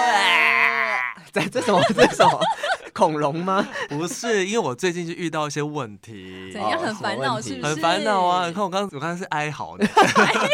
这这什么？这什么？恐龙吗？不是，因为我最近就遇到一些问题怎，样哦很烦恼是什不么是？很烦恼啊！你看我刚我刚刚是哀嚎的，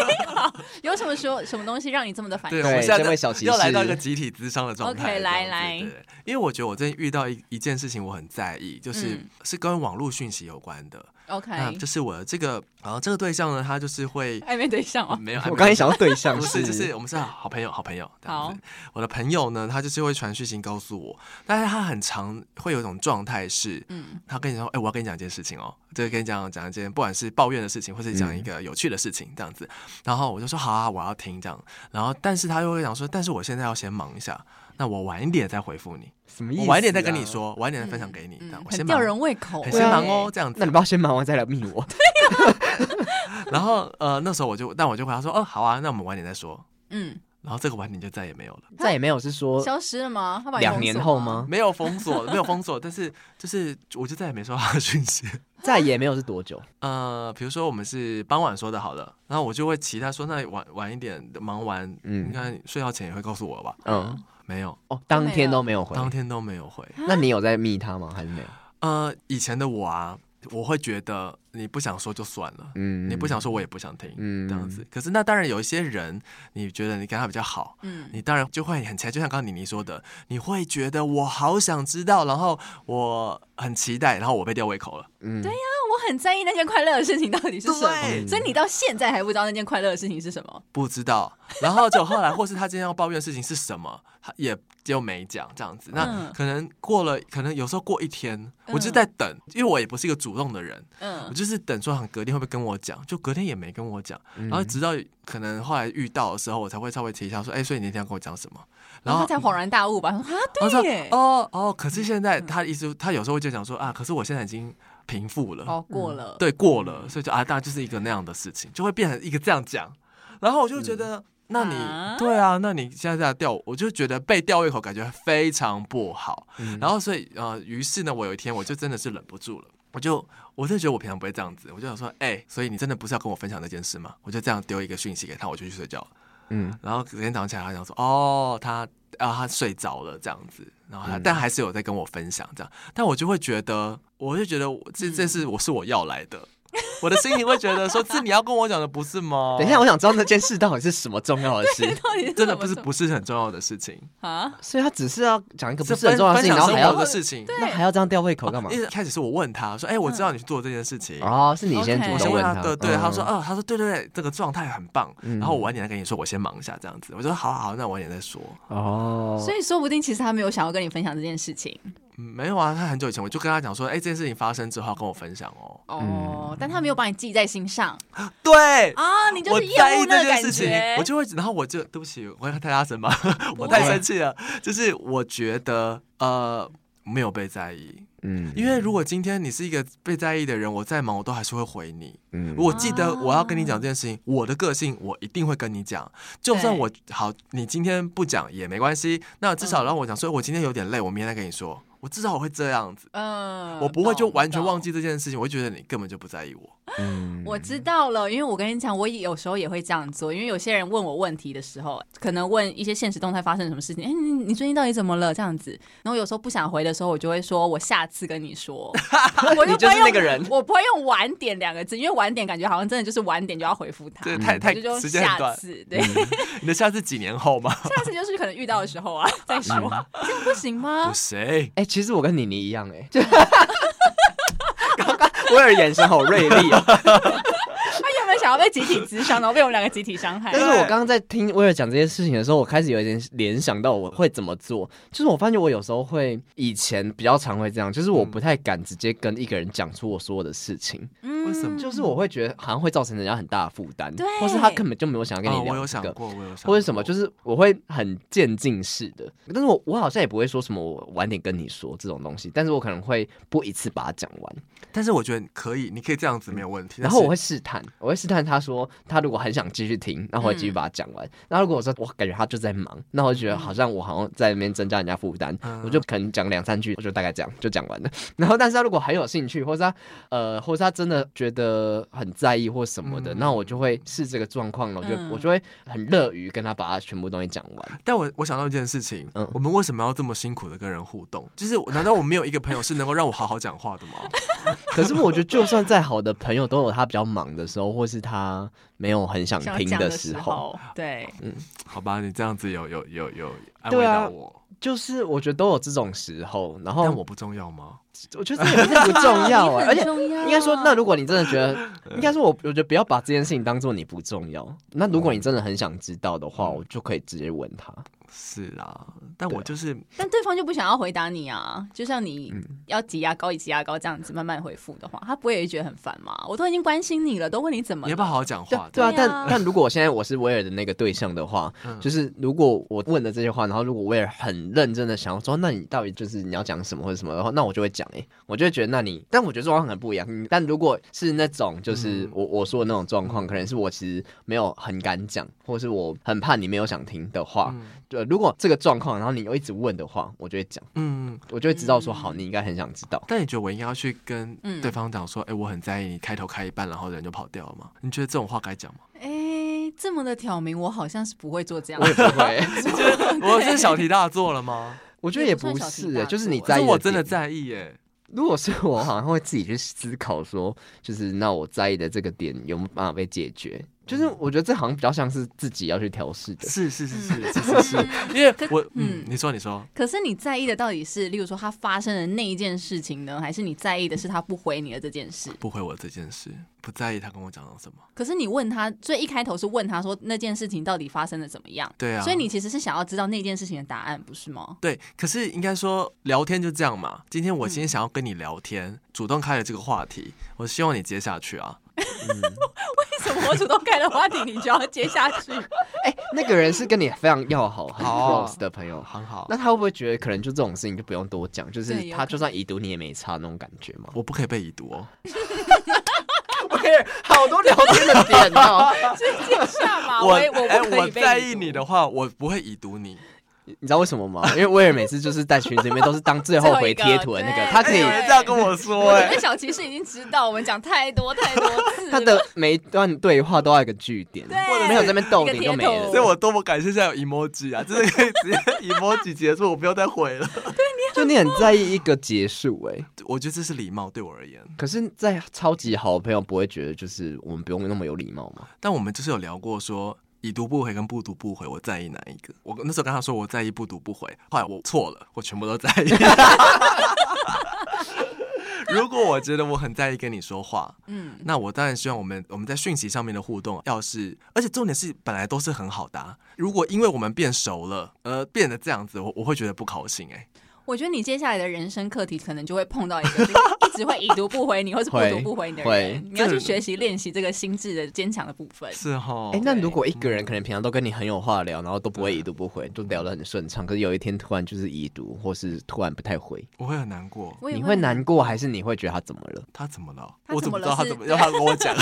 有什么说什么东西让你这么的烦对，恼？我们现这在位小骑士要来到一个集体智商的状态。 OK，这样子来来对因为我觉得我最近遇到一一件事情，我很在意，就是、嗯是跟网络讯息有关的。 OK，那就是我的这个啊，这个对象呢，他就是会暧昧对象哦，没有， 我刚才想到对象不是，就是我们是好朋友，好朋友。这样子，我的朋友呢，他就是会传讯息告诉我，但是他很常会有一种状态是，嗯，他跟你说，哎、我要跟你讲一件事情哦，就是跟你讲讲一件，不管是抱怨的事情，或是嗯讲一个有趣的事情，这样子。然后我就说好啊，我要听这样。然后，但是他又会讲说，但是我现在要先忙一下，那我晚一点再回复你，什么意思？啊我晚一点再跟你。说，晚一点再分享给你。这样嗯我很先吊忙，人胃口、很对先啊忙哦，这样子。那你不要先忙完再来密我，然后呃，那时候我就，但我就回答说，哦，好啊，那我们晚点再说。嗯，然后这个晚点就再也没有了， 再也没有是说消失了吗？他把你两年封后锁了？吗？没有封锁，没有封锁，但是就是我就再也没收到他的讯息。再也没有是多久？呃，比如说我们是傍晚说的好了，然后我就会期待说，那晚晚一点忙完，嗯应该睡觉前也会告诉我吧？嗯，没有，哦，当天都没有回。当天都没有回。那你有在密他吗？还是没有？呃，以前的我啊，我会觉得你不想说就算了。嗯你不想说，我也不想听，嗯这样子。可是那当然有一些人，你觉得你跟他比较好，嗯，你当然就会很期待，就像刚刚妮妮说的，你会觉得我好想知道，然后我很期待，然后我被吊胃口了。嗯，对呀，我很在意那件快乐的事情到底是什对么，所以你到现在还不知道那件快乐的事情是什么。不知道，然后就后来，或是他今天要抱怨的事情是什么， 他也就没讲这样子。那嗯可能过了，可能有时候过一天，我就是嗯在等，因为我也不是一个主动的人，我嗯，就是等说好隔天会不会跟我讲，就隔天也没跟我讲，嗯然后直到可能后来遇到的时候，我才会稍微提一下说，哎、所以你那天要跟我讲什么？然后他才恍然大悟吧？他说啊，然对后耶说，哦哦，可是现嗯在他一直他有时候会就讲说啊，可是我现在已经平复了，哦，过了，对，过了，所以就啊，当然就是一个那样的事情，就会变成一个这样讲，然后我就觉得。那你、啊对啊，那你现在这样吊我，我就觉得被吊胃口，感觉非常不好。嗯然后所以呃，于是呢，我有一天我就真的是忍不住了，我就我真的觉得我平常不会这样子，我就想说，哎、所以你真的不是要跟我分享这件事吗？我就这样丢一个讯息给他，我就去睡觉了。嗯，然后隔天早上起来，他讲说，哦，他啊他睡着了这样子，然后他、嗯但还是有在跟我分享这样，但我就会觉得，我就觉得我嗯这这是我是我要来的， 我的心里会觉得说，这你要跟我讲的不是吗？等一下，我想知道那件事到底是什么重要的事。 到底真的不是怎么不是很重要的事情，做啊？ 所以他只是要讲一个不是分很重要的分事情，然后享还生要活的事情。那还要这样吊胃口干嘛因？为一开始是我问他说，哎、我知道你去做这件事情。哦，是你先 OK 主我动先问问他，对对，嗯他说，哦，他说对对对，这个状态很棒。嗯然后我晚点再跟你说，我先忙一下这样子。我说好好，好那晚点再说。哦，所以说不定其实他没有想要跟你分享这件事情嗯，没有啊，他很久以前我就跟他讲说，哎，这件事情发生之后要跟我分享哦。哦，但他没有把你记在心上对，啊，你就我是厌在意恶这那个件感事情觉，，我就会，然后我就对不起，我太大声吧，不我太会生气了。就是我觉得呃没有被在意，嗯因为如果今天你是一个被在意的人，我再忙我都还是会回你。嗯我记得我要跟你讲这件事情，我的个性我一定会跟你讲，就算对嗯我好，你今天不讲也没关系，那至少让我讲，所以我今天有点累，我明天再跟你说，我至少我会这样子。嗯我不会就懂完全懂忘记这件事情，我会觉得你根本就不在意我。嗯我知道了，因为我跟你讲，我也有时候也会这样做。因为有些人问我问题的时候，可能问一些现实动态发生什么事情，哎、你你最近到底怎么了？这样子，然后有时候不想回的时候，我就会说我下次跟你 说。我你不就会是用那个人我不会用晚点两个字，因为晚点感觉好像真的就是晚点就要回复他，这嗯太太啊我就用时间很下短，次对，你的下次几年后吗？下次就是可能遇到的时候啊再说，这样不行吗 不？行，哎、其实我跟妮妮一样、哎， 就刚刚威尔眼神好锐利 哦，他原本想要被集体智商，然后被我们两个集体伤害但。是我刚刚在听威尔讲这些事情的时候，我开始有一点联想到我会怎么做，就是我发现我有时候嗯会以前比较常会这样，就是我不太敢直接跟一个人讲出我所有的事情，嗯为什么？就是我会觉得好像会造成人家很大的负担，对或是他根本就没有想要跟哦，你我有聊这想个，过，我有想过，或者什么，就是我会很渐进式的，但是我我好像也不会说什么我晚点跟你说这种东西，但是我可能会不一次把它讲完，但是我觉得可以，你可以这样子没有问题。然后我但会是试探，我会试探他说他如果很想继续听，那我会继续把它讲完。那、如果我说我感觉他就在忙，那我就觉得好像我好像在那边增加人家负担，嗯我就可能讲两三句，我就大概这样就讲完了。然后但是他如果很有兴趣，或是他呃，或是他真的觉得很在意或什么的，嗯那我就会视这个状况了，我就、嗯我就会很乐于跟他把他全部东西讲完。但我我想到一件事情，嗯我们为什么要这么辛苦的跟人互动？就是我难道我没有一个朋友是能够让我好好讲话的吗？ 可是我觉得就算再好的朋友，都有他比较忙的时候，或是他没有很想嗯想听讲的时时候。候，对，好吧，你这样子有有有有安慰对啊到我，就是我觉得都有这种时候，然后但我不重要吗？我觉得这也不是不重要 啊，而且应应该说，那如果你真的觉 得，应该说我我觉得不要把这件事情当做你不重要。那如果你真的很想知道的话，我就可以直接问他。是啊，但对我啊就是但对方就不想要回答你啊，就像你嗯要挤牙膏、以挤牙膏这样子慢慢回复的话，他不会觉得很烦吗？我都已经关心你了，都问你怎么你要不要了，好好讲对话？对啊，对啊但但如果我现在我是威尔的那个对象的话，嗯就是如果我问了这些话，然后如果威尔很认真的想要说，那你到底就是你要讲什么或者什么的话，那我就会讲哎、欸我就会觉得那你，但我觉得状况很不一样。嗯但如果是那种就是嗯我、我说的那种状况，可能是我其实没有很敢讲，或是我很怕你没有想听的话，嗯对，呃如果这个状况，然后你又一直问的话，我就会讲，嗯，我就会知道说好，你应该很想知道。但你觉得我应该要去跟嗯对方讲说，哎、我很在意你开头开一半，然后人就跑掉了吗？你觉得这种话该讲吗？哎、这么的挑明，我好像是不会做这样 我。也不会，我是小题大做了吗？ 我觉得也不也不算小是、题大欸，做就是你可在是意，我真的。 在意耶、如果是我，好像会自己去思考说，就是那我在意的这个点有没有办法被解决？就是我觉得这好像比较像是自己要去调试的。 是是是是嗯是是是， 因为我嗯嗯，你说你说，可是你在意的到底是，例如说他发生的那一件事情呢，还是你在意的是他不回你的这件事？不回我这件事，不在意他跟我讲了什么。可是你问他，最一开头是问他说那件事情到底发生的怎么样？对啊所以你其实是想要知道那件事情的答案，不是吗？对，可是应该说聊天就这样嘛。今天我今嗯天想要跟你聊天，主动开了这个话题，我希望你接下去啊。为什么我主动开了话题，你就要接下去？哎、那个人是跟你非常要好、 很哦 close 的朋友，很好，那他会不会觉得可能就这种事情就不用多讲，就对是有他可就算已读你也没差那种感觉吗？我不可以被已读哦。我也好多聊天的点 哦、直接下马我威，我哎不可我以被在意你的话，我不会已读你。你知道为什么 吗？因为威尔每次就是在群里面都是当最后回贴图的那最后一个，个他可以对这样跟我说因哎、为小骑士已经知道我们讲太多太多次了，他的每一段对话都要有一个据点，对没有在那边逗一个点就没贴了图。所以我多么感谢现在有 emoji 啊，真的可以直接 emoji 结束，我不要再回了。就你很在意一个结束哎、 我觉得这是礼貌对我而言，可是，在超级好的朋友不会觉得就是我们不用那么有礼貌吗？但我们就是有聊过说。已读不回跟不读不回，我在意哪一个？我那时候跟他说我在意不读不回，后来我错了，我全部都在 意。如果我觉得我很在意跟你说话，嗯，那我当然希望我们我们在讯息上面的互动，要是而且重点是本来都是很好的、啊，如果因为我们变熟了，呃，变得这样子，我我会觉得不高兴哎、我觉得你接下来的人生课题可能就会碰到一个，就是一直会已读不回你，或是不读不回你的会人，你要这去学习练习这个心智的坚强的部分。是哦哈哎、那如果一个人可能平常都跟你很有话聊，然后都不会已读不回，就聊得很顺畅，可是有一天突然就是已读，或是突然不太回，我会很难过。我也你会难过还是你会觉得他怎么了？他怎么了？他我怎么怎么知了道他是怎么要他跟 我讲？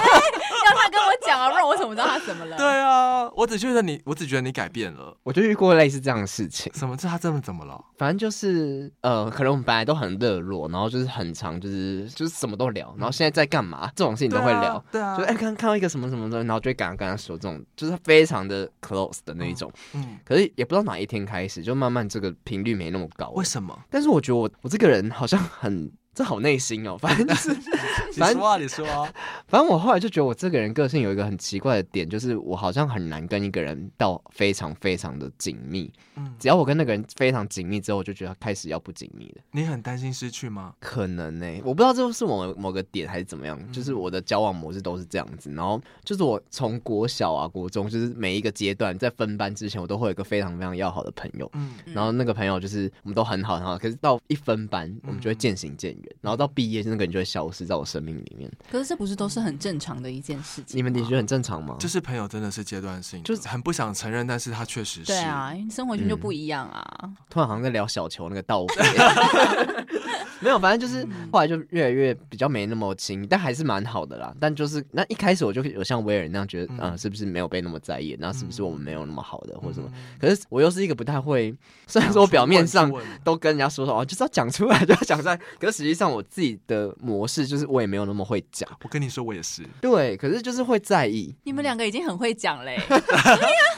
让他跟我讲啊，不然我怎么知道他怎么了？对啊，我只觉得你，我只觉得你改变了。我就遇过类似这样的事情。什么？这他真的怎么了？反正就是呃，可能我们本来都很热络，然后就是很常就是就是什么都聊，然后现在在干嘛这种事情都会聊。对啊，就哎、看看到一个什么什么东西，然后就会赶快跟他说，这种就是非常的 close 的那一种。嗯，可是也不知道哪一天开始，就慢慢这个频率没那么高了。为什么？但是我觉得我我这个人好像很这好内心哦，反正 就是你反正说啊，你说啊，反正我后来就觉得我这个人个性有一个很奇怪的点，就是我好像很难跟一个人到非常非常的紧密。嗯，只要我跟那个人非常紧密之后，我就觉得开始要不紧密了。 你很担心失去吗？可能呢、我不知道这是我某个点还是怎么样，就是我的交往模式都是这样子。然后就是我从国小啊、国中，就是每一个阶段在分班之前，我都会有一个非常非常要好的朋友。嗯，嗯然后那个朋友就是我们都很好很好，可是到一分班，我们就会渐行渐远。人，然后到毕业那个人就会消失在我生命里面。可是这不是都是很正常的一件事情？你们也觉得很正常吗？就是朋友真的是阶段性，就就是很不想承认，但是他确实是。嗯对啊，因为生活圈就不一样啊。突然好像在聊小球那个道别，没有，反正就是后来就越来越比较没那么亲，但还是蛮好的啦。但就是那一开始我就有像威尔那样觉得，嗯啊、是不是没有被那么在意？然后是不是我们没有那么好的或者什么？可是我又是一个不太会， 虽然说我表面上问出问都跟人家说说哦，就是要讲出来， 就要讲出来，可是实际上我自己的模式就是我也没有那么会讲，我跟你说，我也嗯是。对，可是就是会在意，你们两个已经很会讲嘞、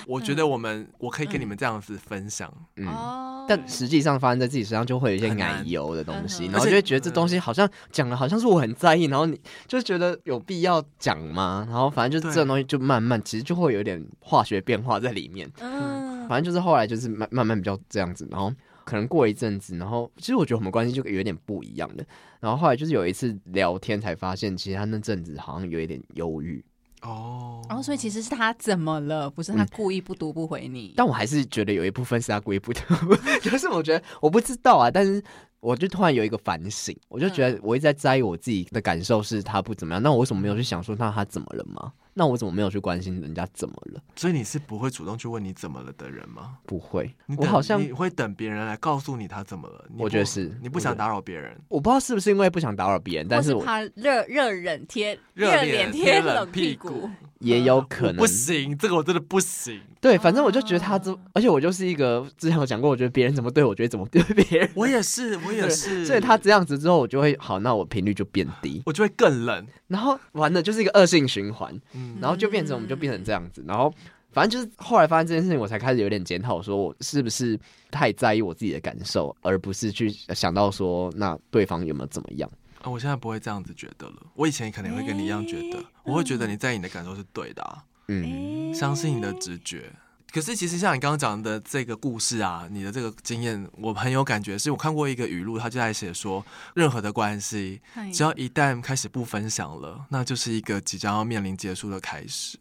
我觉得我们，我可以跟你们这样子分享，嗯。哦，但实际上发生在自己身上，就会有一些很奶难油的东西，嗯哼然后而且就会觉得这东西好像讲了，好像是我很在意，然后你就觉得有必要讲吗？然后反正就是对这种东西就慢慢，其实就会有点化学变化在里面。嗯，反正就是后来就是慢慢慢比较这样子，然后可能过一阵子，然后其实我觉得我们关系就有点不一样的。然后后来就是有一次聊天才发现，其实他那阵子好像有一点忧郁，哦，然后、所以其实是他怎么了，不是他故意不读不回你。但我还是觉得有一部分是他故意不得不， 就是我觉得我不知道啊，但是我就突然有一个反省，我就嗯觉得我一直在在意我自己的感受是他不怎么样，那我为什么嗯没有去想说那他怎么了吗？那我怎么没有去关心人家怎么了？所以你是不会主动去问你怎么了的人吗？不会你，我等好像你会等别人来告诉你他怎么了。你不我觉得是你不想打扰别人，我不知道是不是因为不想打扰别人，但或是是我怕热热脸贴热脸脸贴冷冷屁股股，也有可我能不啊行，这个我真的不行。对，反正我就觉得他这，而且我就是一个之前有讲过，我觉得别人怎么对我，我觉得怎么对别人，我也是，我也是，所以他这样子之后，我就会好，那我频率就变低，我就会更冷。然后完了就是一个恶性循环。嗯，然后就变成我们就变成这样子，然后反正就是后来发生这件事情，我才开始有点检讨，说我是不是太在意我自己的感受，而不是去想到说那对方有没有怎么样。啊我现在不会这样子觉得了。我以前可能会跟你一样觉得，我会觉得你在意你的感受是对的、啊，哎嗯，相信你的直觉。可是其实像你刚刚讲的这个故事啊，你的这个经验，我很有感觉。是我看过一个语录，他就在写说，任何的关系，哎只要一旦开始不分享了，那就是一个即将要面临结束的开始。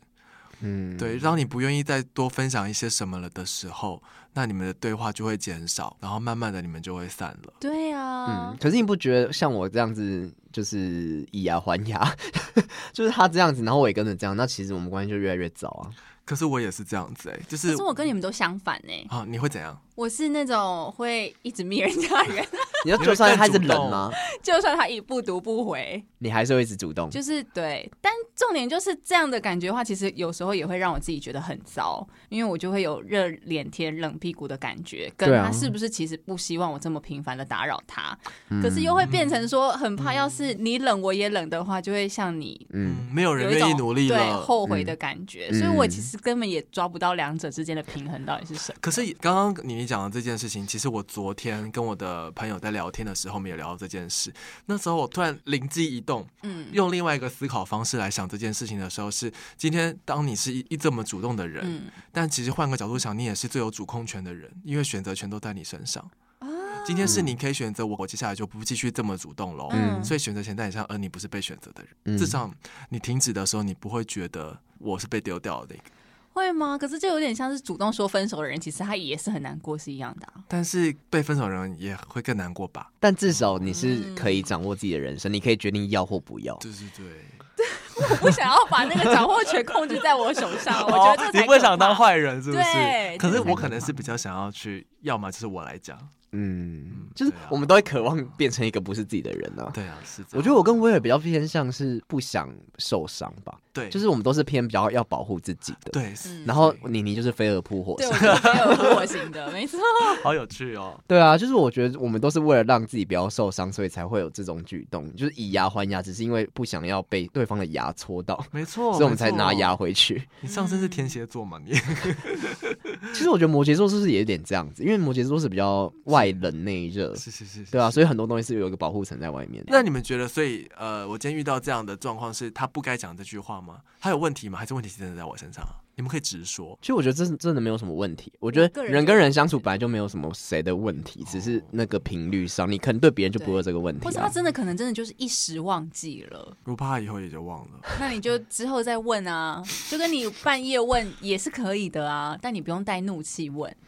嗯，对，当你不愿意再多分享一些什么了的时候，那你们的对话就会减少，然后慢慢的你们就会散了。对啊嗯，，可是你不觉得像我这样子，就是以牙还牙， 就是他这样子，然后我也跟着这样，那其实我们关系就越来越糟啊。可是我也是这样子哎、就是可是我跟你们都相反呢、啊，你会怎样？我是那种会一直灭人家的人， 你要你会就算更他是主人动吗？就算他已不读不回，你还是会一直主动。就是对，但重点就是这样的感觉的话，其实有时候也会让我自己觉得很糟，因为我就会有热脸贴冷屁股的感觉，跟对啊他是不是其实不希望我这么频繁的打扰他，嗯可是又会变成说很怕，要是你冷我也冷的话，就会像你。嗯，嗯，没有有人一愿种意努力对了。后悔的感觉，嗯所以我其实根本也抓不到两者之间的平衡到底是什么。可是刚刚你讲的这件事情，其实我昨天跟我的朋友在聊天的时候，我们也聊到这件事。那时候我突然灵机一动，嗯用另外一个思考方式来想这件事情的时候是，今天当你是一一这么主动的人，嗯，但其实换个角度想，你也是最有主控权的人，因为选择权都在你身上。哦今天嗯是你可以选择我，我接下来就不继续这么主动喽。嗯所以选择权在你身上，而你不是被选择的人。嗯至少你停止的时候，你不会觉得我是被丢掉的那个。会吗？可是就有点像是主动说分手的人，其实他也是很难过，是一样的啊、但是被分手的人也会更难过吧？但至少你嗯是可以掌握自己的人生，你可以决定要或不要。对对对，我不想要把那个掌握权控制在我手 上，我觉得哦这才哦你不想可当怕坏人是不对是？可这是个才我可可能怕是比较想要去，要么就是我来讲。嗯嗯，就是对啊我们都会渴望变成一个不是自己的人啊。对啊，是这样。我觉得我跟威尔比较偏向是不想受伤吧，对，就是我们都是偏比较要保护自己的。，对，嗯然后妮妮就是飞蛾扑火。对，我觉得没有火型 的，没错。好有 趣哦。对啊，就是我觉得我们都是为了让自己不要受伤，所以才会有这种举动，就是以牙还牙，只是因为不想要被对方的牙戳到，没错，所以我们才拿哦没错牙。回去。你上身是天蝎座嘛？你，其实我觉得摩羯座是不是也有点这样子？因为摩羯座是比较外冷内热是是是，是对啊，。所以很多东西是有一个保护层在外面。那你们觉得，所以呃，我今天遇到这样的状况，是他不该讲这句话吗？他有问题吗？还是问题真的在我身上啊？你们可以直说。其实我觉得这是真的没有什么问题。我觉个得人人跟人相处本来就没有什么谁的问题，只哦是那个频率上，你可能对别人就不会有这个问或题、者他啊。真的可能真的就是一时忘记了，如怕他以后也就忘了。那你就之后再问啊，就跟你半夜问也是可以的啊，但你不用带怒气问。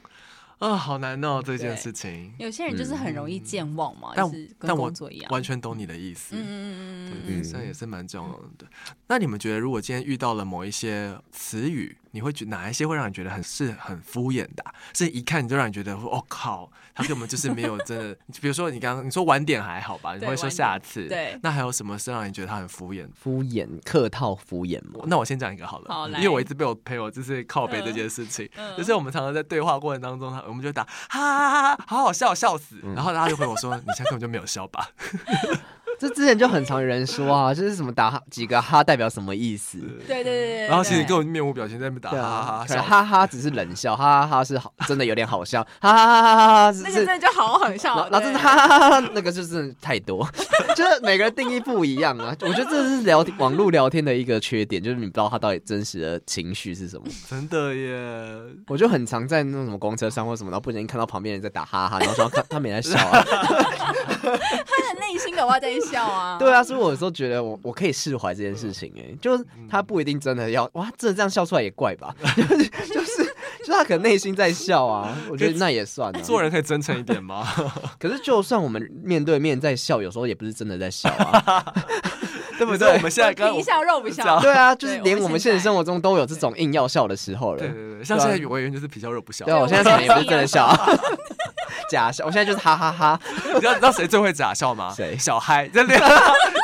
啊，好难哦这件对事情。有些人就是很容易健忘嘛，嗯但就是跟但我工作一样。完全懂你的意嗯思。嗯嗯嗯嗯对，这也是蛮重要的。嗯那你们觉得，如果今天遇到了某一些词语，你会觉哪一些会让你觉得很是很敷衍的啊、是一看你就让你觉得，哦靠，他根本就是没有真的。 比如说你刚刚你说晚点还好吧，你对会说晚下次。对那还有什么是让你觉得他很敷衍？敷衍客套敷衍嘛。那我先讲一个好了，嗯好因来嗯为我一直被我朋友就是靠背这件事情， 就是我们常常在对话过程当中，他我们就打哈哈哈哈，好好笑，笑死，嗯然后大家就回我说，你现在根本就没有笑吧？这之前就很常有人说啊，就是什么打哈几个哈代表什么意思？对对对对。然后其实对根本面无表情在那边打对呃哈哈啊哈，可能笑死哈哈只是冷笑，哈哈哈是好，真的有点好笑，哈哈哈哈哈哈那个是真。的就好欸很然笑，后然后真的哈哈哈哈，那个就是太多， 就是每个人定义不一样啊。我觉得这是聊天网络聊天的一个缺点，就是你不知道他到底真实的情绪是什么。真的耶！我就很常在那种什么公车上或什么，然后不小心看到旁边人在打哈哈，然后说看他没在笑 啊。他的内心搞不好在笑啊。对啊，所以我有时候觉得我我可以释怀这件事情、欸，哎，就是嗯他不一定真的要哇，真的这样笑出来也怪吧， 就是就是就是他可能内心在笑啊，我觉得那也算啊。做人可以真诚一点吗？可是就算我们面对面在笑，有时候也不是真的在笑 啊。对不对我们现在刚皮笑肉不笑，对啊，就是对连我我们们现现在实生活中都有这种硬要笑的时候了。对对对，像对啊现在我员就是皮笑肉不笑。对啊，我现在可能也不是真的笑 啊，假笑，我现在就是哈哈哈你知道你知道谁最会假笑吗？谁小嗨真 的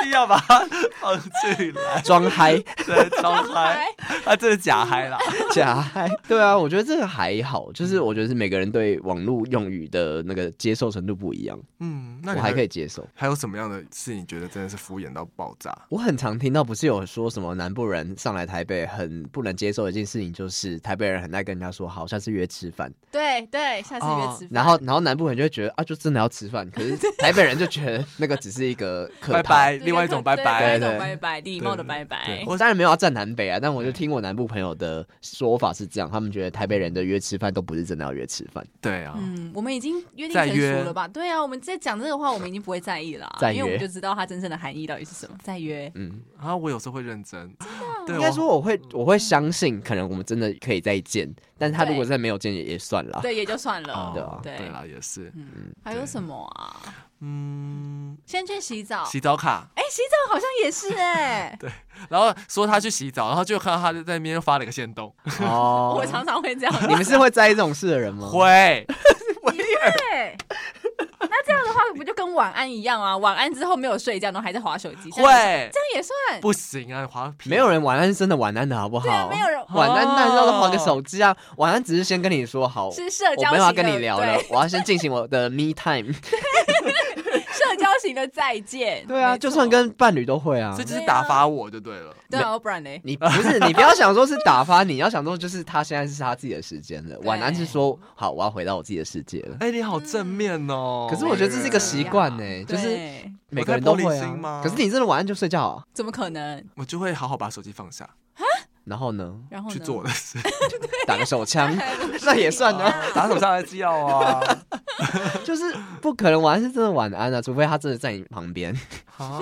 硬要把他放 进来，装嗨。对，装嗨，他真的假 嗨啦。假嗨，对啊，我觉得这个还好，就是嗯我觉得是每个人对网络用语的那个接受程度不一样，嗯，那我你还可以。以接受。还有什么样的事你觉得真的是敷衍到爆炸？我很常听到，不是有说什么南部人上来台北很不能接受的一件事情，就是台北人很爱跟人家说好，下次约吃饭，对对，下次约哦吃饭。然后然后南部人就会觉得啊，就真的要吃饭，可是台北人就觉得那个只是一个客套拜拜，。对另外一种拜对拜。另外一对种拜拜，礼貌的拜对拜对。我当然没有要站南北啊，但我就听我南部朋友的说法是这样，他们觉得台北人的约吃饭都不是真的要约吃饭，对啊，嗯，我们已经约定再成约熟了吧？对啊，我们在讲这个话，我们已经不会在意了啊，再因为我约们就知道它真正的含义到底是什么。再约，嗯，然啊后我有时候会认真，啊对，哦应该我说我会我会相信，可能我们真的可以再见，但是他如果真的没有见也也算了。对，也 就算了。对啊哦对对啦，也是，嗯，还有什么啊？嗯，先去洗澡。洗澡卡，哎，洗澡好像也 是哎，然后说他去洗澡，然后就看到他在那边发了一个线动，哦我常常会这样。你们是会在意这种事的人吗？会，对，那这样的话不就跟晚安一样啊？晚安之后没有睡觉，然后还在划手机，这样也会这，样也算。不行啊，滑皮没有人晚安是真的晚安的好不对啊，好？没有人晚安那时候划个手机啊，晚安只是先跟你说好，是社我交没有型要的，跟你聊了对，我要先进行我的 me time。社交型的再见。对啊，没错就算跟伴侣都会啊这。就是打发我就对了。对啊，不然呢？你不是你不要想说是打发你，要想说就是他现在是他自己的时间了。对晚安是说好，我要回到我自己的世界了。哎、你好正面哦！嗯可是我觉得这是一个习惯呢，对就是每个人都我会在玻璃心啊。吗可是你真的晚安就睡觉啊？怎么可能？我就会好好把手机放下然后呢， 然后呢去做我的事，打个手枪，那也算呢。打手上来叫啊！就是不可能晚安是真的晚安啊，除非他真的在你旁边。啊，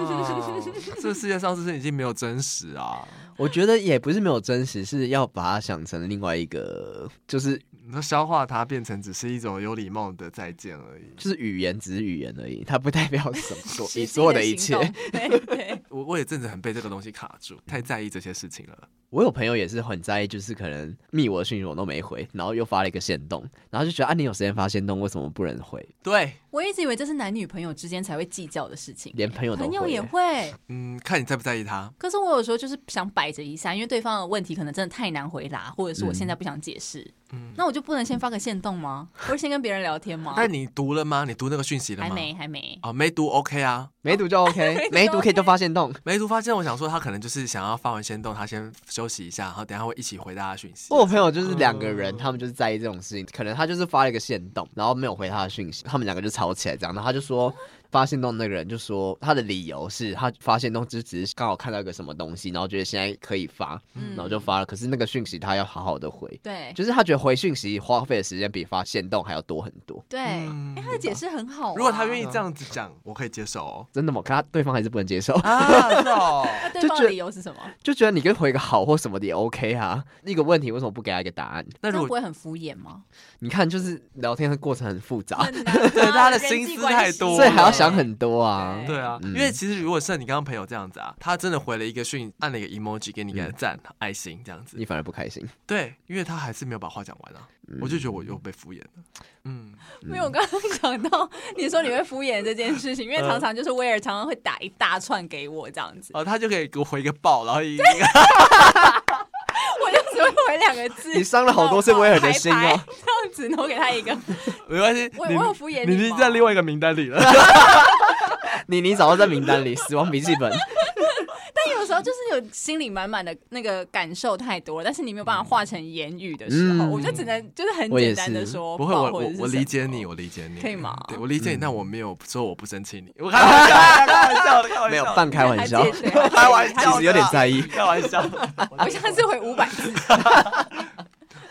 这世界上是不是已经没有真实啊？我觉得也不是没有真实，是要把它想成另外一个，就是你说消化它变成只是一种有礼貌的再见而已。就是语言只是语言而已，它不代表什么所实以际所有的一切 行。动。 对对，我我也真的很被这个东西卡住，太在意这些事情了。我有朋友也是很在意，就是可能密我的讯息我都没回，然后又发了一个线动，然后就觉得啊，你有时间发线动，为什么不能回？对，我一直以为这是男女朋友之间才会计较的事情，连朋友都朋友会也耶。会。嗯，看你在不在意它。可是我有时候就是想摆着一下，因为对方的问题可能真的太难回答，或者是我现嗯在不想解释，那我就不能先发个线动吗？我就先跟别人聊天吗？但嗯你读了吗？你读那个讯息了哦还吗？没，还没。哦，没读 OK 啊，没读就 OK，没读可以就发线动。没读发现，我想说他可能就是想要发完先动，他先休息一下，然后等一下会一起回答他讯息。我有朋友就是两个人，他们就是在意这种事情，可能他就是发了一个线动，然后没有回他的讯息，他们两个就吵起来这样，然后他就说。发现洞那个人就说他的理由是他发现洞只只是刚好看到一个什么东西，然后觉得现在可以发，嗯然后就发了。可是那个讯息他要好好的回，对就是他觉得回讯息花费的时间比发现洞还要多很多。对，嗯哎，他的解释很好啊。如果他愿意，意这样子讲，我可以接受哦。真的吗？可他对方还是不能接受， 啊，是哦，那对就方觉得的理由是什么？就觉得你跟回个好或什么的也 OK 啊。那个问题为什么不给他一个答案？ 那这如样不果会很敷衍吗？你看，就是聊天的过程很复杂， 很欸难啊对他的人心际思关太系多所以还要对想很多啊。对啊，嗯因为其实如果像你刚刚朋友这样子啊，他真的回了一个讯，按了一个 emoji 给你个赞、爱心这样子嗯你，反嗯而不开心，对，因为他还是没有把话讲完啊，我就觉得我又被敷衍了，嗯，因为我刚刚想到你说你会敷衍这件 事情，因嗯为常常就是威尔常常会打一大串给我这样 子，哦，他就可以给我回一个爆，然后一个我就只会回两个字。你伤了好多次威尔的心哦然后排排这样子，然后给他 一个， 没关系，我你我有敷衍你你已经吗在另外一个名单里了， 你你早就在名单里，死亡笔记 本。但有时候就是有心里满满的那个感受太多了，但是你没有办法化成言语的时候，嗯我就只能就是很我也简单的是说 不会，或我者我是我什么理解你，我理解你，可以吗对，我理嗯解你，但我没有说我不生气 你，我开玩笑，开玩笑的，开玩笑的，没有半开玩笑 还，借谁开玩笑的啊，其实有点在 意开玩 笑的，我下次回五百 字。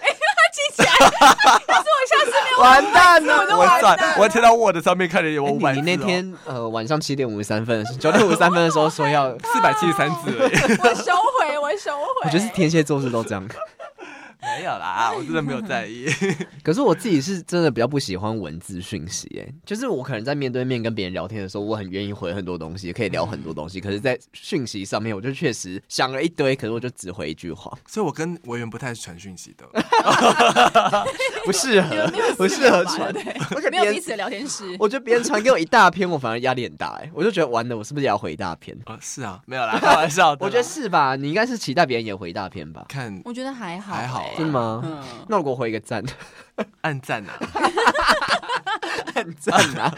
哎，他记起来，但是我下次没有完蛋 我就我完蛋在，我贴到 Word 上面看着有五百你字哦，那天呃晚上七点五十三分的时候，九点五十三分的时候说要， 我四百七十三字而已。我收回，我收回。觉得是天蝎座是都这样。 没有啦，我真的没有在 意。可是我自己是真的比较不喜欢文字讯息，哎，就是我可能在面对面跟别人聊天的时候，我很愿意回很多东西，可以聊很多东西。可是，在讯息上面，我就确实想了一堆，可是我就只回一句话，所以我跟委员不太传讯 息的，不适你们合没 有，不适合私聊传。吧对不而对且没有别彼此的聊天室。我觉得别人传给我一大篇，我反而压力很大，哎，我就觉得完了，我是不是也要回一大篇？呃，是啊，没有啦，开玩笑的啦。我觉 得是吧？你应该是期待别人也回一大篇吧？看我觉得还好，还好哎真真的？吗？嗯，那如果回一个 赞，暗赞啊，赞赞啊，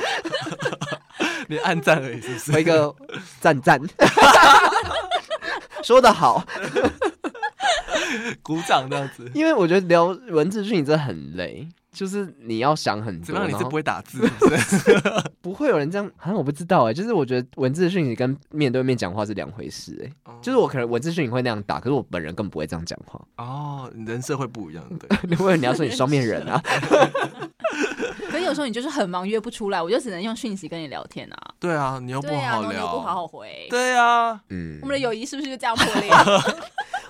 你暗赞而已，是不是？回一个赞赞， 说的好， 鼓掌这样子，因为我觉得聊文字讯息真的很累，就是你要想很多，怎么样？你然是后不会打字，是不是？不会有人这样，好像我不知道哎、就是我觉得文字讯息跟面对面讲话是两回事哎、 哦就是我可能文字讯息会那样打，可是我本人根本不会这样讲话。 哦，你人设会不一样，对。啊如果你要说你双面人啊，可是有时候你就是很忙约不出来，我就只能用讯息跟你聊天啊。对啊，你又不对啊，然好后你又聊，不好好回，对啊，嗯我们的友谊是不是就这样破裂？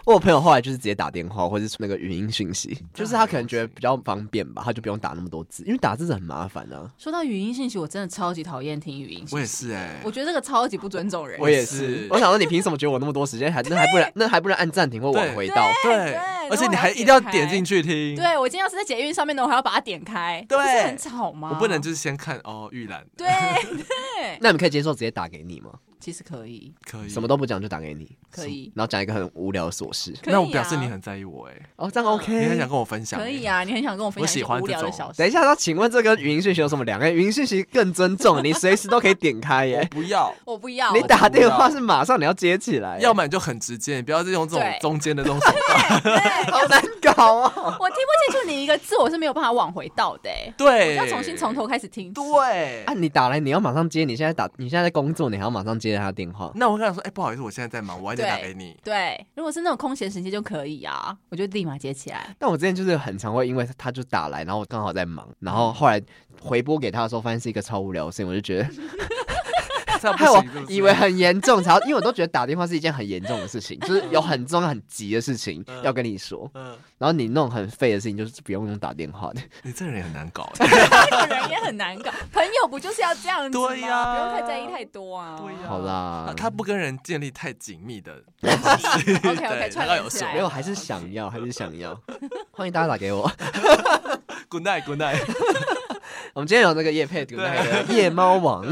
我有朋友后来就是直接打电话或者是那个语音讯息，嗯就是他可能觉得比较方便吧，他就不用打那么多字，因为打字是很麻烦啊。 说到语音信息，我真的超级讨厌听语音我信也息，是哎我，觉得这个超级不尊重人。我也是我想说你凭什么觉得我那么多时间，还那还不能那还不能按暂停或往回倒？对，而且你还一定要点进去听，对我今天要是在捷运上面呢，我还要把它点开，对不是很吵吗？我不能就是先看哦预览，对 对，那你可以接受直接打给你吗？其实可以，可以什么都不讲就打给你，可以，然后讲一个很无聊的琐事。可以啊 那我表示你很在意我哎，哦，这样你很 OK 想。跟我分享，欸可以，啊，你很想跟我分我享一喜些欢无聊这的种小事。等一下，那请问这跟语音讯息有什么两个？语音讯息更尊重，你随时都可以点开我耶。不要，我不要，你我打电话是马上你要接起来， 要么你就很直接，你不要再用这种对中间的这 种手段。好难搞哦。我听不清楚你一个字，我是没有办法往回倒的、欸，对，要重新从。头开始听。 对，啊，你打来你要马上接，你现在打你现在在工作，你还要马上接他电话。那我跟他说，哎、不好意思，我现在在忙，我晚一点打给你。对，如果是那种空闲时间就可以啊，我就立马接起 来。但我之前就是很常会，因为他就打来，然后我刚好在忙，然后嗯后来回拨给他的时候，发现是一个超无聊的事情，我就觉得这样不害我行是不是以为很严重，然后因为我都觉得打电话是一件很严重的事情，就是有很重要很急的事情嗯要跟你说，嗯，然后你那种很废的事情就是不用用打电话的，你这人也很难搞。欸 那个人也很 难搞，朋友不就是要这样子吗？对呀不用太在意太多啊。对呀好 他啦，他不跟人建立太紧密的 OK 对 OK，大串概联有起手来没有，了。还是想要，还是想要， 欢迎大家打给我。 Good night, Good night。 我们今天有那个夜配读那个夜猫王，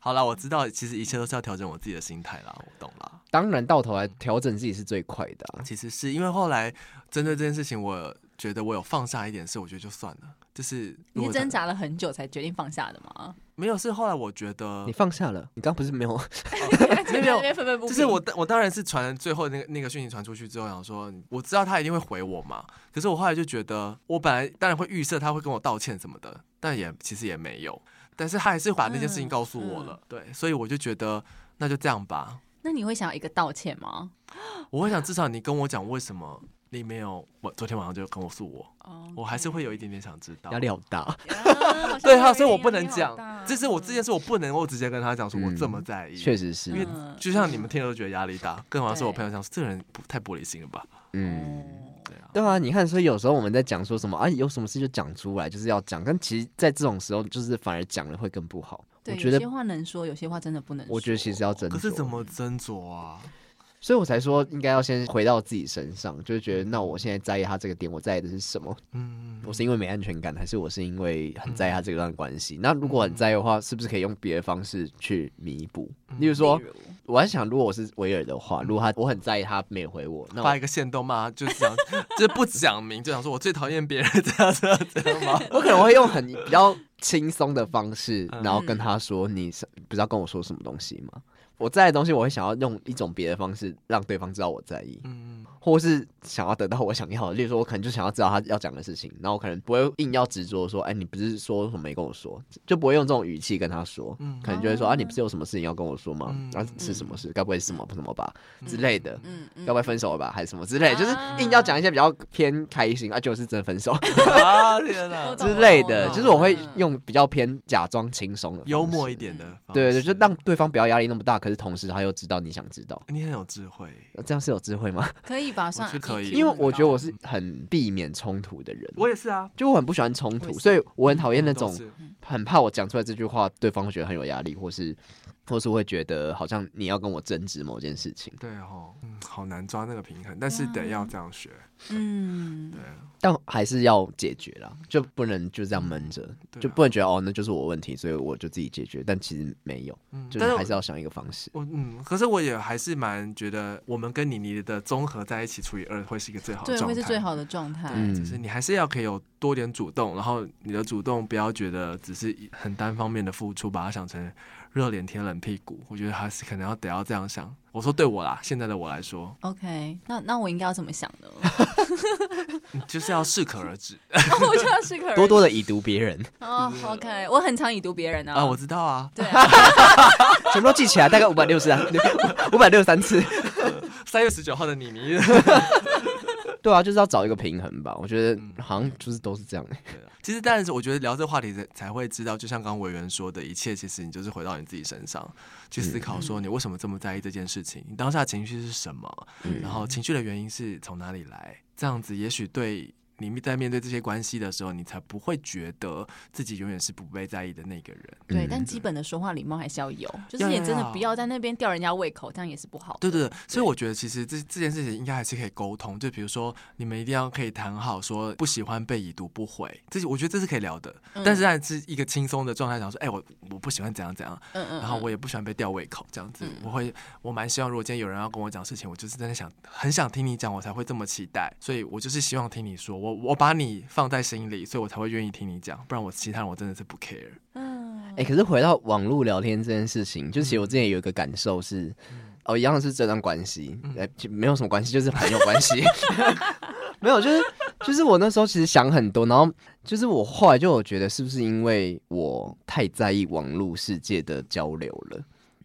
好啦，我知道，其实一切都是要调整我自己的心态啦，我懂啦。当然到头来调整自己是最快的啊、其实是因为后来针对这件事情，我觉得我有放下一点事，我觉得就算了，就是如你果是挣扎了很久才决定放下的吗？没有，是后来我觉得你放下了，你刚不是没有？ 没在那有边愤愤不平。就是我，我当然是传了最后那个那个讯息传出去之后，想说我知道他一定会回我嘛。可是我后来就觉得，我本来当然会预设他会跟我道歉什么的，但也其实也没有。但是他还是把那件事情告诉我了，对，所以我就觉得那就这样吧。那你会想要一个道歉吗？我会想，至少你跟我讲为什么你没有，我昨天晚上就跟我诉我，哦，我还是会有一点点想知道压。力好大。 啊对哈，所以我不能讲，这是我好像有一点压力好大这。件事我不能够直接跟他讲说我这么在意，嗯确实是因，为嗯就像你们听了都觉得压力大，更何况是我对朋友讲说这个人不太玻璃心了吧？嗯，对啊，对啊，你看，所以有时候我们在讲说什么啊，有什么事就讲出来，就是要讲，但其实，在这种时候，就是反而讲了会更不好。我对，觉有得些，话能说，有些话真的不能说。我觉得其实要斟酌。可是怎么斟酌啊？所以我才说应该要先回到自己身上，就是觉得那我现在在意他这个点，我在意的是什么？嗯，我是因为没安全感，还是我是因为很在意他这段关系？那如果很在意的话，是不是可以用别的方式去弥补？嗯例如说例，如我在想，如果我是维尔的话，如果他我很在意他没有回我，那发我一个线动骂，就是讲，就是不讲明，就想说我最讨厌别人 这样这样这 样吗？我可能会用很比较轻松的方式， 嗯然后跟他说：“你是不是要跟我说什么东西吗？”我在意的东西，我会想要用一种别的方式让对方知道我在意，嗯，或是想要得到我想要的。例如说，我可能就想要知道他要讲的事情，然后我可能不会硬要执着说：“哎，你不是说什么没跟我说？”就不会用这种语气跟他说，嗯可能就会说：“哦啊，你不是有什么事情要跟我说吗嗯？然后是什么事？该不会是什么什么吧之类的？”嗯嗯该不会分手了吧，还是什么之类的，就是硬要讲一些比较偏开心啊，就是真的分手。啊天哪我，懂之类的，懂就是我会嗯用比较偏假装轻松的方式，幽默一点的，对，对对，就让对方不要压力那么大，可是同时他又知道你想知道，呃你很有智慧，这样是有智慧 吗？可以吧？算觉得可以 EQ 因为我觉得我很是很避免冲突的人，啊我也是啊，就我很不喜欢冲我也突，是所以我很讨厌那嗯都种是很怕我讲出来这句话，对方会觉得很有压力，或是或是会觉得好像你要跟我争执某件事情。对哦，嗯，好难抓那个平衡，但是对啊得要这样学，高嗯对，但还是要解决啦，就不能就这样闷着，对啊就不能觉得哦，那就是我问题，所以我就自己解决。但其实没有，嗯就但是是还是要想一个方式。我嗯，可是我也还是蛮觉得，我们跟你你的综合在一起除以二会是一个最好的对，状会态，是最好的状态。嗯哎就是你还是要可以有多点主动，然后你的主动不要觉得只是很单方面的付出，把它想成热脸贴冷屁股。我觉得还是可能要得要这样想。我说对我啦，现在的我来说， OK，那那我应该要怎么想 呢？ 你就是要适可而止我就要适可而止多多的已读别人，哦，OK，我很常已读别人啊！啊，我知道啊，对 啊，全部都记起来，大概五百六十三，五百六十三次。三月十九号的你，你对啊，就是要找一个平衡吧。我觉得好像就是都是这样、其实，但是我觉得聊这个话题才才会知道，就像刚刚委员说的，一切其实你就是回到你自己身上去思考，说你为什么这么在意这件事情，你当下情绪是什么，嗯然后情绪的原因是从哪里来，这样子也许对。你在面对这些关系的时候，你才不会觉得自己永远是不被在意的那个人。嗯对，但基本的说话礼貌还是要有，就是要你要真的要不要在那边吊人家胃口，这样也是不好的。对对对，所以我觉得其实这这件事情应该还是可以沟通，就比如说你们一定要可以谈好，说不喜欢被已读不回，这是我觉得这是可以聊的，嗯但是还是一个轻松的状态，想说，哎、我我不喜欢怎样怎样，嗯嗯，然后嗯我也不喜欢被吊胃口这样子，嗯我会我蛮希望，如果今天有人要跟我讲事情，我就是真的想很想听你讲，我才会这么期待，所以我就是希望听你说，我我把你放在心里，所以我才会愿意听你讲，不然我其他人我真的是不 care。嗯哎、可是回到网络聊天这件事情，就其嗯实我之前有一个感受是，哦，一样是这段关系，嗯哎、就没有什么关系，就是朋友关系。 没有，就是就是我那时候其实想很多，然后就是我后来就有觉得，是不是因为我太在意网络世界的交流了？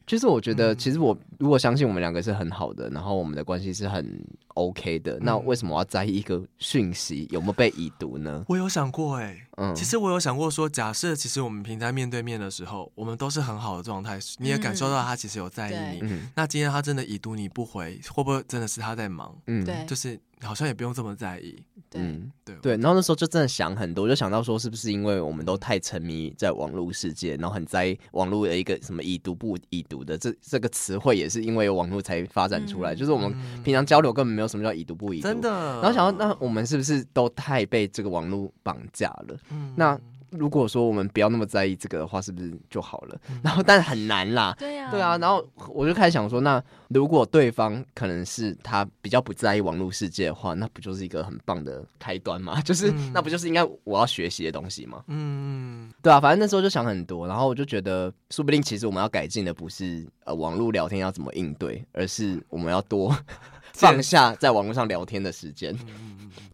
就是我觉得，嗯其实我如果相信我们两个是很好的，然后我们的关系是很 OK 的，那嗯为什么我要在意一个讯息有没有被已读呢？我有想过哎、嗯，其实我有想过说，假设其实我们平常面对面的时候，我们都是很好的状态，你也感受到他其实有在意你。嗯嗯那今天他真的已读你不回，会不会真的是他在忙？嗯对就是嗯好像也不用这么在意。对，对对，然后那时候就真的想很多，就想到说是不是因为我们都太沉迷在网络世界，然后很在意网络的一个什么已读不已读的这这个词汇，也是因为有网络才发展出来，嗯就是我们平常交流根本没有什么叫已读不已读，真。的。然后想到，那我们是不是都太被这个网络绑架了？嗯那如果说我们不要那么在意这个的话，是不是就好了？嗯然后但很难啦，对呀，对啊，然后我就开始想说，那如果对方可能是他比较不在意网络世界的话，那不就是一个很棒的开端吗？ 就是、嗯那不就是应该我要学习的东西吗？嗯，对啊，反正那时候就想很多，然后我就觉得，说不定其实我们要改进的不是呃网络聊天要怎么应对，而是我们要多 放下在网络上聊天的时间。嗯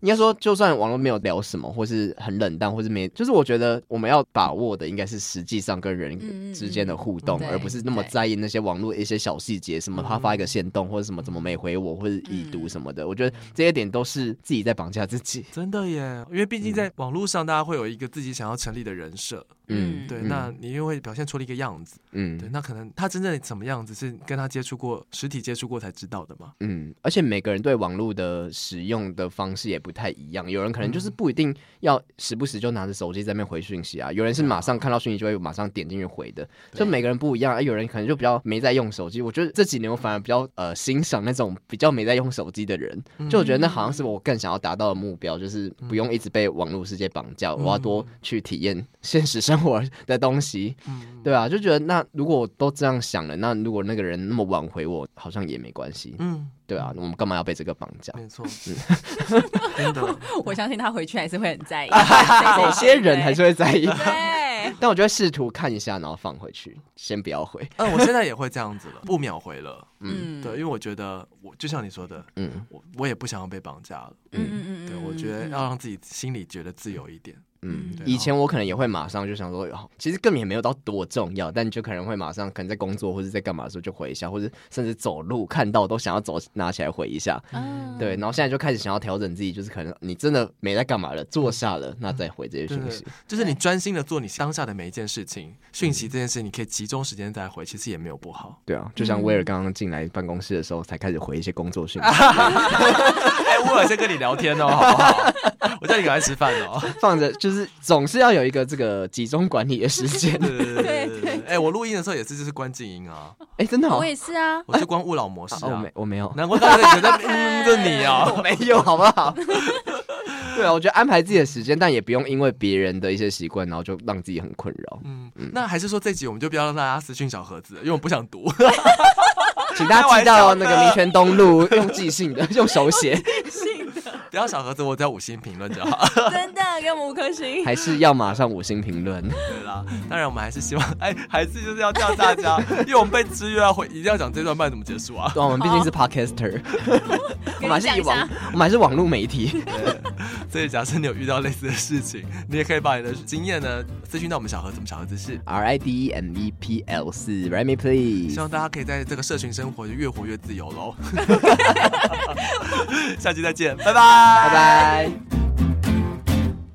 应该说，就算网络没有聊什么，或是很冷淡，或是没，就是我觉得我们要把握的应该是实际上跟嗯嗯人嗯之间的互动，对嗯而不是那么在意那些网络一些小细节，什么他发一个线动，或者什么怎么没回我，或者已读什么的。我觉得这些点都是自己在绑架自己。真的耶，因为毕竟在网络上，大家会有一个自己想要成立的人设，嗯，对，嗯那你又会表现出了一个样子，嗯对，那可能他真正怎么样子是跟他接触过、实体接触过才知道的嘛。嗯，而且每个人对网络的使用的方式也不太一样，有人可能就是不一定要时不时就拿着手机在那边回讯息啊，有人是马上看到讯息就会马上点进去回的，就每个人不一样。啊、有人可能就比较没在用手机，我觉得这几年我反而比较呃欣赏那种比较没在用手机的人，就我觉得那好像是我更想要达到的目标，就是不用一直被网络世界绑架，我要多去体验现实生活的东西。嗯，对啊，就觉得那如果我都这样想了，那如果那个人那么晚回我，好像也没关系。嗯，对啊，我们干嘛要被这个绑架？没错， 真的，我相信他回去还是会很 在意，有些人还是会在意，对，但我就会试图看一下，然后放回去，先不要回。嗯，我现在也会这样子了，不秒回了。嗯，对，因为我觉得我就像你说的，嗯我我也不想要被绑架了。嗯嗯嗯，对，我觉得啊要让自己心里觉得自由一点。嗯对，以前我可能也会马上就想说，哦其实根本也没有到多重要，但就可能会马上，可能在工作或者在干嘛的时候就回一下，或者甚至走路看到都想要走拿起来回一下。嗯对，然后现在就开始想要调整自己，就是可能你真的没在干嘛了，坐下了，那再回这些对讯对息。，就是你专心的做你当下的每一件事情，讯息这件事，你可以集中时间再回，其实也没有不好。对啊，就像威尔刚刚进来办公室的时候，才开始回一些工作讯息。哎， 我有先跟你聊天哦，好 不好？我叫你赶快吃饭哦。放着，就是总是要有一个这个集中管理的时间。 对对对，哎，我录音的时候也是，就是关静音啊，哎、真的、哦，我也是啊，我就关勿扰模式啊我啊没。我没有，难怪刚才觉 得，嗯，这 你哦，没有，好不好？ 对啊，我觉得安排自己的时间，但也不用因为别人的一些习惯，然后就让自己很困 扰。 嗯，那还是说这集我们就不要让大家私讯小盒子了，因为我不想读。 请大家记到哦那个民权东路 用寄信的，用手写， 不要小盒子，我只要五星评论就好。 真的给我们五颗星，还是要马上五星评论。对啦，当然我们还是希望，哎，还是就是要叫大家，因为我们被制约要回，一定要讲这段，不然怎么结束啊？ 对啊，我们毕竟是 podcaster，我们还是以网跟你讲一，我们还是网络媒体。所以假设你有遇到类似的事情，你也可以把你的经验呢咨询到我们小盒子，我们小盒子是。 R I D E M E P L 四，Write me 希啊 please。望大家可以在这个社群生活就越活越自由喽。下期再见，拜拜拜，拜拜。